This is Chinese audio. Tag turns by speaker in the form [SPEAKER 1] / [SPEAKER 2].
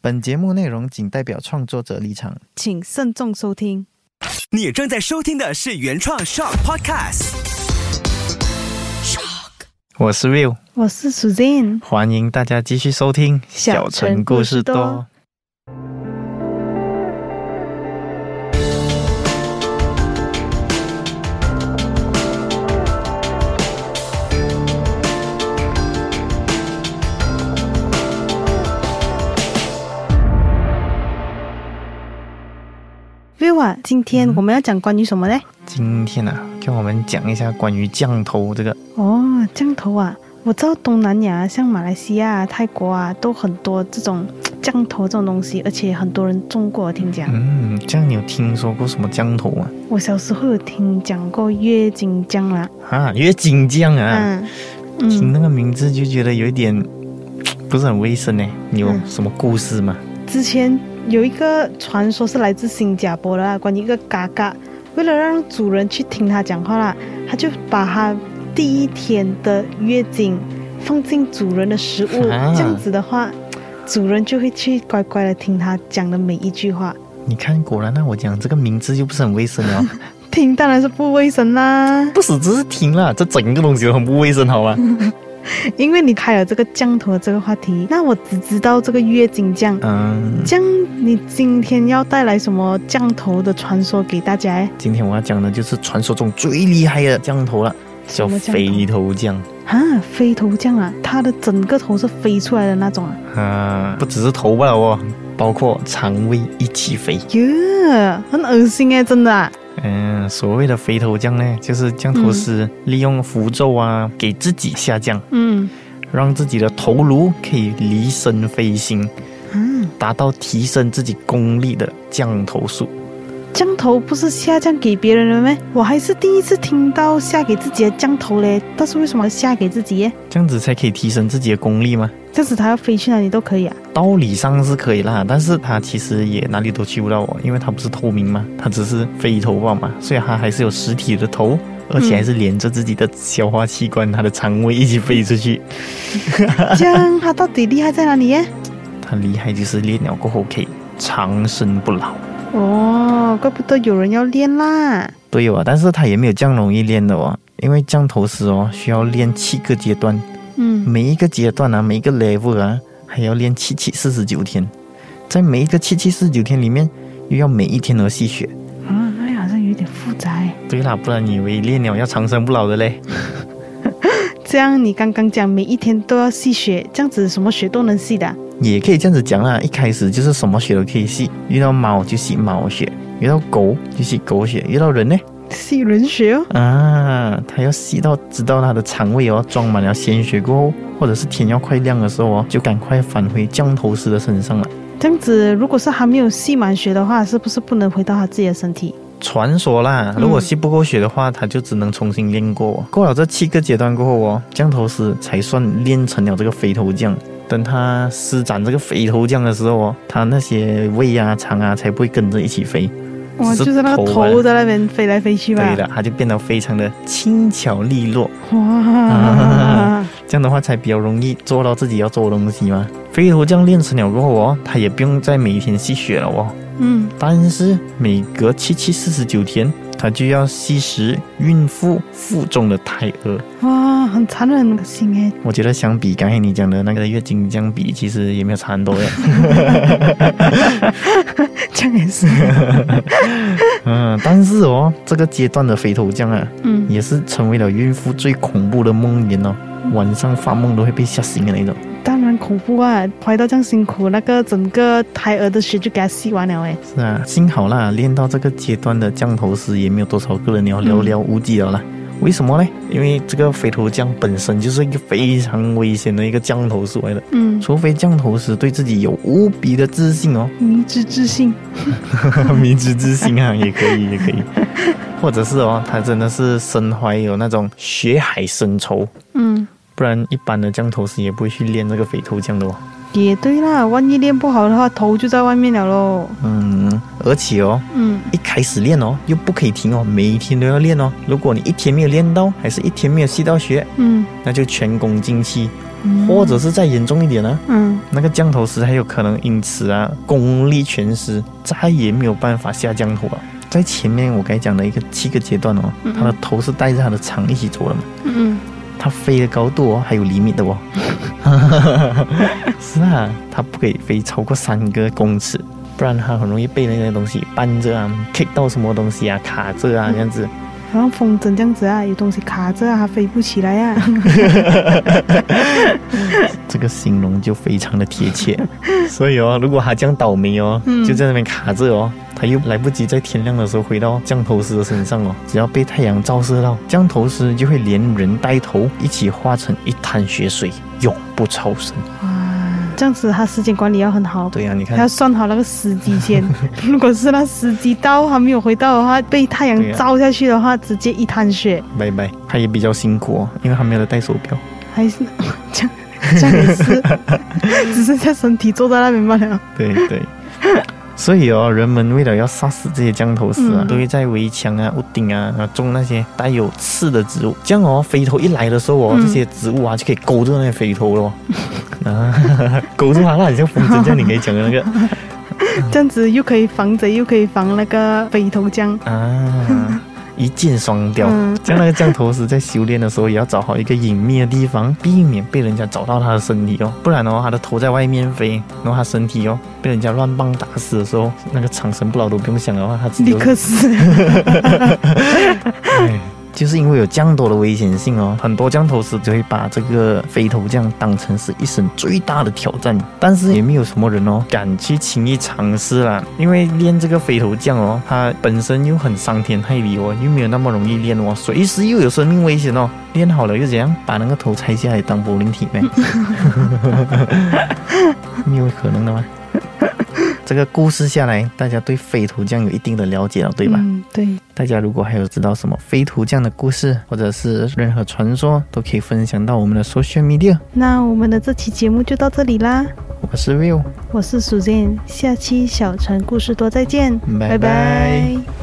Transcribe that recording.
[SPEAKER 1] 本节目内容仅代表创作者立场。
[SPEAKER 2] 请慎重收听。
[SPEAKER 3] 你正在收听的是原创 Shock Podcast。
[SPEAKER 1] 我是 Will，
[SPEAKER 2] 我是 Suzanne，
[SPEAKER 1] 欢迎大家继续收听《
[SPEAKER 2] 小城故事多》。Viva，、啊、今天我们要讲关于什么呢？
[SPEAKER 1] 今天啊，跟我们讲一下关于降头这个。
[SPEAKER 2] 哦，降头啊，我知道东南亚像马来西亚、泰国啊，都很多这种降头这种东西，而且很多人中过，听讲。
[SPEAKER 1] 嗯，这样你有听说过什么降头吗？
[SPEAKER 2] 我小时候有听讲过月经降啦。
[SPEAKER 1] 啊，月经降啊，
[SPEAKER 2] 嗯
[SPEAKER 1] 听那个名字就觉得有一点不是很卫生呢。你有什么故事吗？
[SPEAKER 2] 之前有一个传说是来自新加坡的啦，关于一个嘎嘎，为了让主人去听他讲话啦，他就把他第一天的月经放进主人的食物，
[SPEAKER 1] 啊
[SPEAKER 2] 这样子的话，主人就会去乖乖的听他讲的每一句话。
[SPEAKER 1] 你看，果然让啊我讲这个名字就不是很卫生 了。
[SPEAKER 2] 听当然是不卫生啦，
[SPEAKER 1] 不是，只是听了，这整个东西都很不卫生，好吧？
[SPEAKER 2] 因为你开了这个降头的这个话题，那我只知道这个月经降。
[SPEAKER 1] 嗯，
[SPEAKER 2] 这样，你今天要带来什么降头的传说给大家诶？
[SPEAKER 1] 今天我要讲的就是传说中最厉害的降头了，
[SPEAKER 2] 什
[SPEAKER 1] 叫
[SPEAKER 2] 么降头
[SPEAKER 1] 飞头降。
[SPEAKER 2] 啊，飞头降啊，它的整个头是飞出来的那种啊！
[SPEAKER 1] 啊，不只是头发哦，包括肠胃一起飞。
[SPEAKER 2] 哟、很恶心哎，真的、啊。
[SPEAKER 1] 嗯，所谓的飞头降呢，就是降头师利用符咒啊，给自己下降，
[SPEAKER 2] 嗯，
[SPEAKER 1] 让自己的头颅可以离身飞行，
[SPEAKER 2] 啊，
[SPEAKER 1] 达到提升自己功力的降头术。
[SPEAKER 2] 降头不是下降给别人的咩？我还是第一次听到下给自己的降头嘞。但是为什么要下给自己耶？
[SPEAKER 1] 这样子才可以提升自己的功力吗？
[SPEAKER 2] 这样子它要飞去哪里都可以 啊。
[SPEAKER 1] 道理上是可以啦，但是它其实也哪里都去不到我，因为它不是透明嘛，它只是非头发嘛，所以它还是有实体的头，而且还是连着自己的消化器官、它的肠胃一起飞出去。
[SPEAKER 2] 这样它到底厉害在哪里耶？
[SPEAKER 1] 它厉害就是练了过后可以长生不老。
[SPEAKER 2] 哦，怪不得有人要练啦。
[SPEAKER 1] 对哦，但是它也没有这样容易练的哦，因为降头师哦需要练七个阶段，
[SPEAKER 2] 嗯，
[SPEAKER 1] 每一个阶段啊，每一个 level 啊，还要练七七四十九天，在每一个七七四十九天里面，又要每一天都吸血。
[SPEAKER 2] 啊，那里好像有点复杂耶。
[SPEAKER 1] 对啦，不然你以为练了要长生不老的嘞？
[SPEAKER 2] 这样你刚刚讲每一天都要吸血，这样子什么血都能吸的啊、
[SPEAKER 1] 也可以这样子讲啦，一开始就是什么血都可以吸，遇到猫就吸猫血，遇到狗就吸狗血，遇到人呢
[SPEAKER 2] 吸人血哦。
[SPEAKER 1] 啊，它要吸到直到它的肠胃哦装满了鲜血过后，或者是天要快亮的时候哦，就赶快返回降头师的身上了。
[SPEAKER 2] 这样子，如果是还没有吸满血的话，是不是不能回到他自己的身体？
[SPEAKER 1] 传说啦，
[SPEAKER 2] 嗯
[SPEAKER 1] 如果吸不够血的话，它就只能重新练过哦。过了这七个阶段过后哦，降头师才算练成了这个飞头降。等他施展这个飞头降的时候哦，他那些胃啊、肠啊才不会跟着一起飞。
[SPEAKER 2] 哇，
[SPEAKER 1] 只
[SPEAKER 2] 就是那个
[SPEAKER 1] 啊
[SPEAKER 2] 头在那边飞来飞去吧。
[SPEAKER 1] 对的，它就变得非常的轻巧利落。
[SPEAKER 2] 哇
[SPEAKER 1] 啊，这样的话才比较容易做到自己要做的东西嘛。飞头降练成了过后哦，它也不用再每天吸血了哦，
[SPEAKER 2] 嗯，
[SPEAKER 1] 但是每隔七七四十九天，它就要吸食孕妇腹中的胎儿。
[SPEAKER 2] 哇，很残忍，很恶心哎。
[SPEAKER 1] 我觉得相比刚才你讲的那个月经降比，其实也没有差很多耶。
[SPEAKER 2] 这样也是。
[SPEAKER 1] 嗯，但是哦，这个阶段的飞头降啊，
[SPEAKER 2] 嗯，
[SPEAKER 1] 也是成为了孕妇最恐怖的梦魇哦，晚上发梦都会被吓醒的那种。
[SPEAKER 2] 当然恐怖啊，怀到这样辛苦，那个整个胎儿的血就给他吸完了哎。
[SPEAKER 1] 是啊，幸好啦，练到这个阶段的降头师也没有多少个人了，寥寥无几了啦。为什么呢？因为这个飞头降本身就是一个非常危险的一个降头术来的，
[SPEAKER 2] 嗯，
[SPEAKER 1] 除非降头师对自己有无比的自信哦，
[SPEAKER 2] 迷之自信。
[SPEAKER 1] 迷之自信啊，也可以，也可以，或者是哦，他真的是身怀有那种血海深仇，
[SPEAKER 2] 嗯，
[SPEAKER 1] 不然一般的降头师也不会去练这个飞头降的哦。
[SPEAKER 2] 也对啦，万一练不好的话，头就在外面了喽。
[SPEAKER 1] 嗯，而且哦，
[SPEAKER 2] 嗯，
[SPEAKER 1] 一开始练哦，又不可以停哦，每一天都要练哦。如果你一天没有练到，还是一天没有吸到血，
[SPEAKER 2] 嗯，
[SPEAKER 1] 那就前功尽弃，或者是再严重一点呢、
[SPEAKER 2] 嗯
[SPEAKER 1] 那个降头师还有可能因此啊功力全失，再也没有办法下降头了。在前面我该讲的一个七个阶段哦，
[SPEAKER 2] 嗯嗯
[SPEAKER 1] 他的头是带着他的肠一起走的嘛，
[SPEAKER 2] 嗯
[SPEAKER 1] 他飞的高度哦还有厘米的哦， 是啊，他不可以飞超过三个公尺，不然他很容易被那些东西绊着啊，kick 到什么东西啊，卡着啊
[SPEAKER 2] 嗯
[SPEAKER 1] 这样子。
[SPEAKER 2] 嗯，好像风筝这样子啊，有东西卡着啊，它飞不起来啊。
[SPEAKER 1] 这个形容就非常的贴切。所以哦，如果他这样倒霉哦，
[SPEAKER 2] 嗯
[SPEAKER 1] 就在那边卡着哦，他又来不及在天亮的时候回到降头师的身上哦，只要被太阳照射到，降头师就会连人带头一起化成一滩血水，永不超生。
[SPEAKER 2] 哇，这样子它时间管理要很好。
[SPEAKER 1] 对呀、你
[SPEAKER 2] 要
[SPEAKER 1] 看。
[SPEAKER 2] 算好那个时机 先，如果是那时机到还没有回到的话，被太
[SPEAKER 1] 对
[SPEAKER 2] 阳
[SPEAKER 1] 啊
[SPEAKER 2] 照下去的话，直接一滩血，
[SPEAKER 1] 拜拜，他也比较辛苦哦，因为他没有戴手表。
[SPEAKER 2] 还是 这样，这样也 是，只剩下身体坐在那边罢了。
[SPEAKER 1] 对对，所以哦，人们为了要杀死这些降头师啊，
[SPEAKER 2] 嗯
[SPEAKER 1] 都会在围墙啊、屋顶啊啊种那些带有刺的植物。这样哦，飞头一来的时候哦，
[SPEAKER 2] 嗯
[SPEAKER 1] 这些植物啊就可以勾住那些飞头 咯。啊， 勾住它，那很像风筝，这样你可以讲的那个
[SPEAKER 2] 这样子又可以防贼，又可以防那个飞头将。
[SPEAKER 1] 啊。一箭双雕，
[SPEAKER 2] 嗯
[SPEAKER 1] 这样那个降头师在修炼的时候，也要找好一个隐秘的地方，避免被人家找到他的身体哦，不然哦，他的头在外面飞，然后他身体哦被人家乱棒打死的时候，那个长生不老都不用想的话，他自己
[SPEAKER 2] 立
[SPEAKER 1] 都
[SPEAKER 2] 刻死，
[SPEAKER 1] 哎就是因为有降头的危险性哦，很多降头师就会把这个飞头降当成是一生最大的挑战，但是也没有什么人哦敢去轻易尝试啦，因为练这个飞头降哦，它本身又很伤天害理哦，又没有那么容易练哦，随时又有生命危险哦，练好了又怎样？把那个头拆下来当柏林体呗， 没有可能的吗？这个故事下来，大家对飞头降有一定的了解了，对吧？
[SPEAKER 2] 嗯，对，
[SPEAKER 1] 大家如果还有知道什么飞图这样的故事，或者是任何传说，都可以分享到我们的 social media。
[SPEAKER 2] 那我们的这期节目就到这里啦。
[SPEAKER 1] 我是 Will，
[SPEAKER 2] 我是 Suzanne，下期小城故事多再见，
[SPEAKER 1] 拜拜
[SPEAKER 2] 拜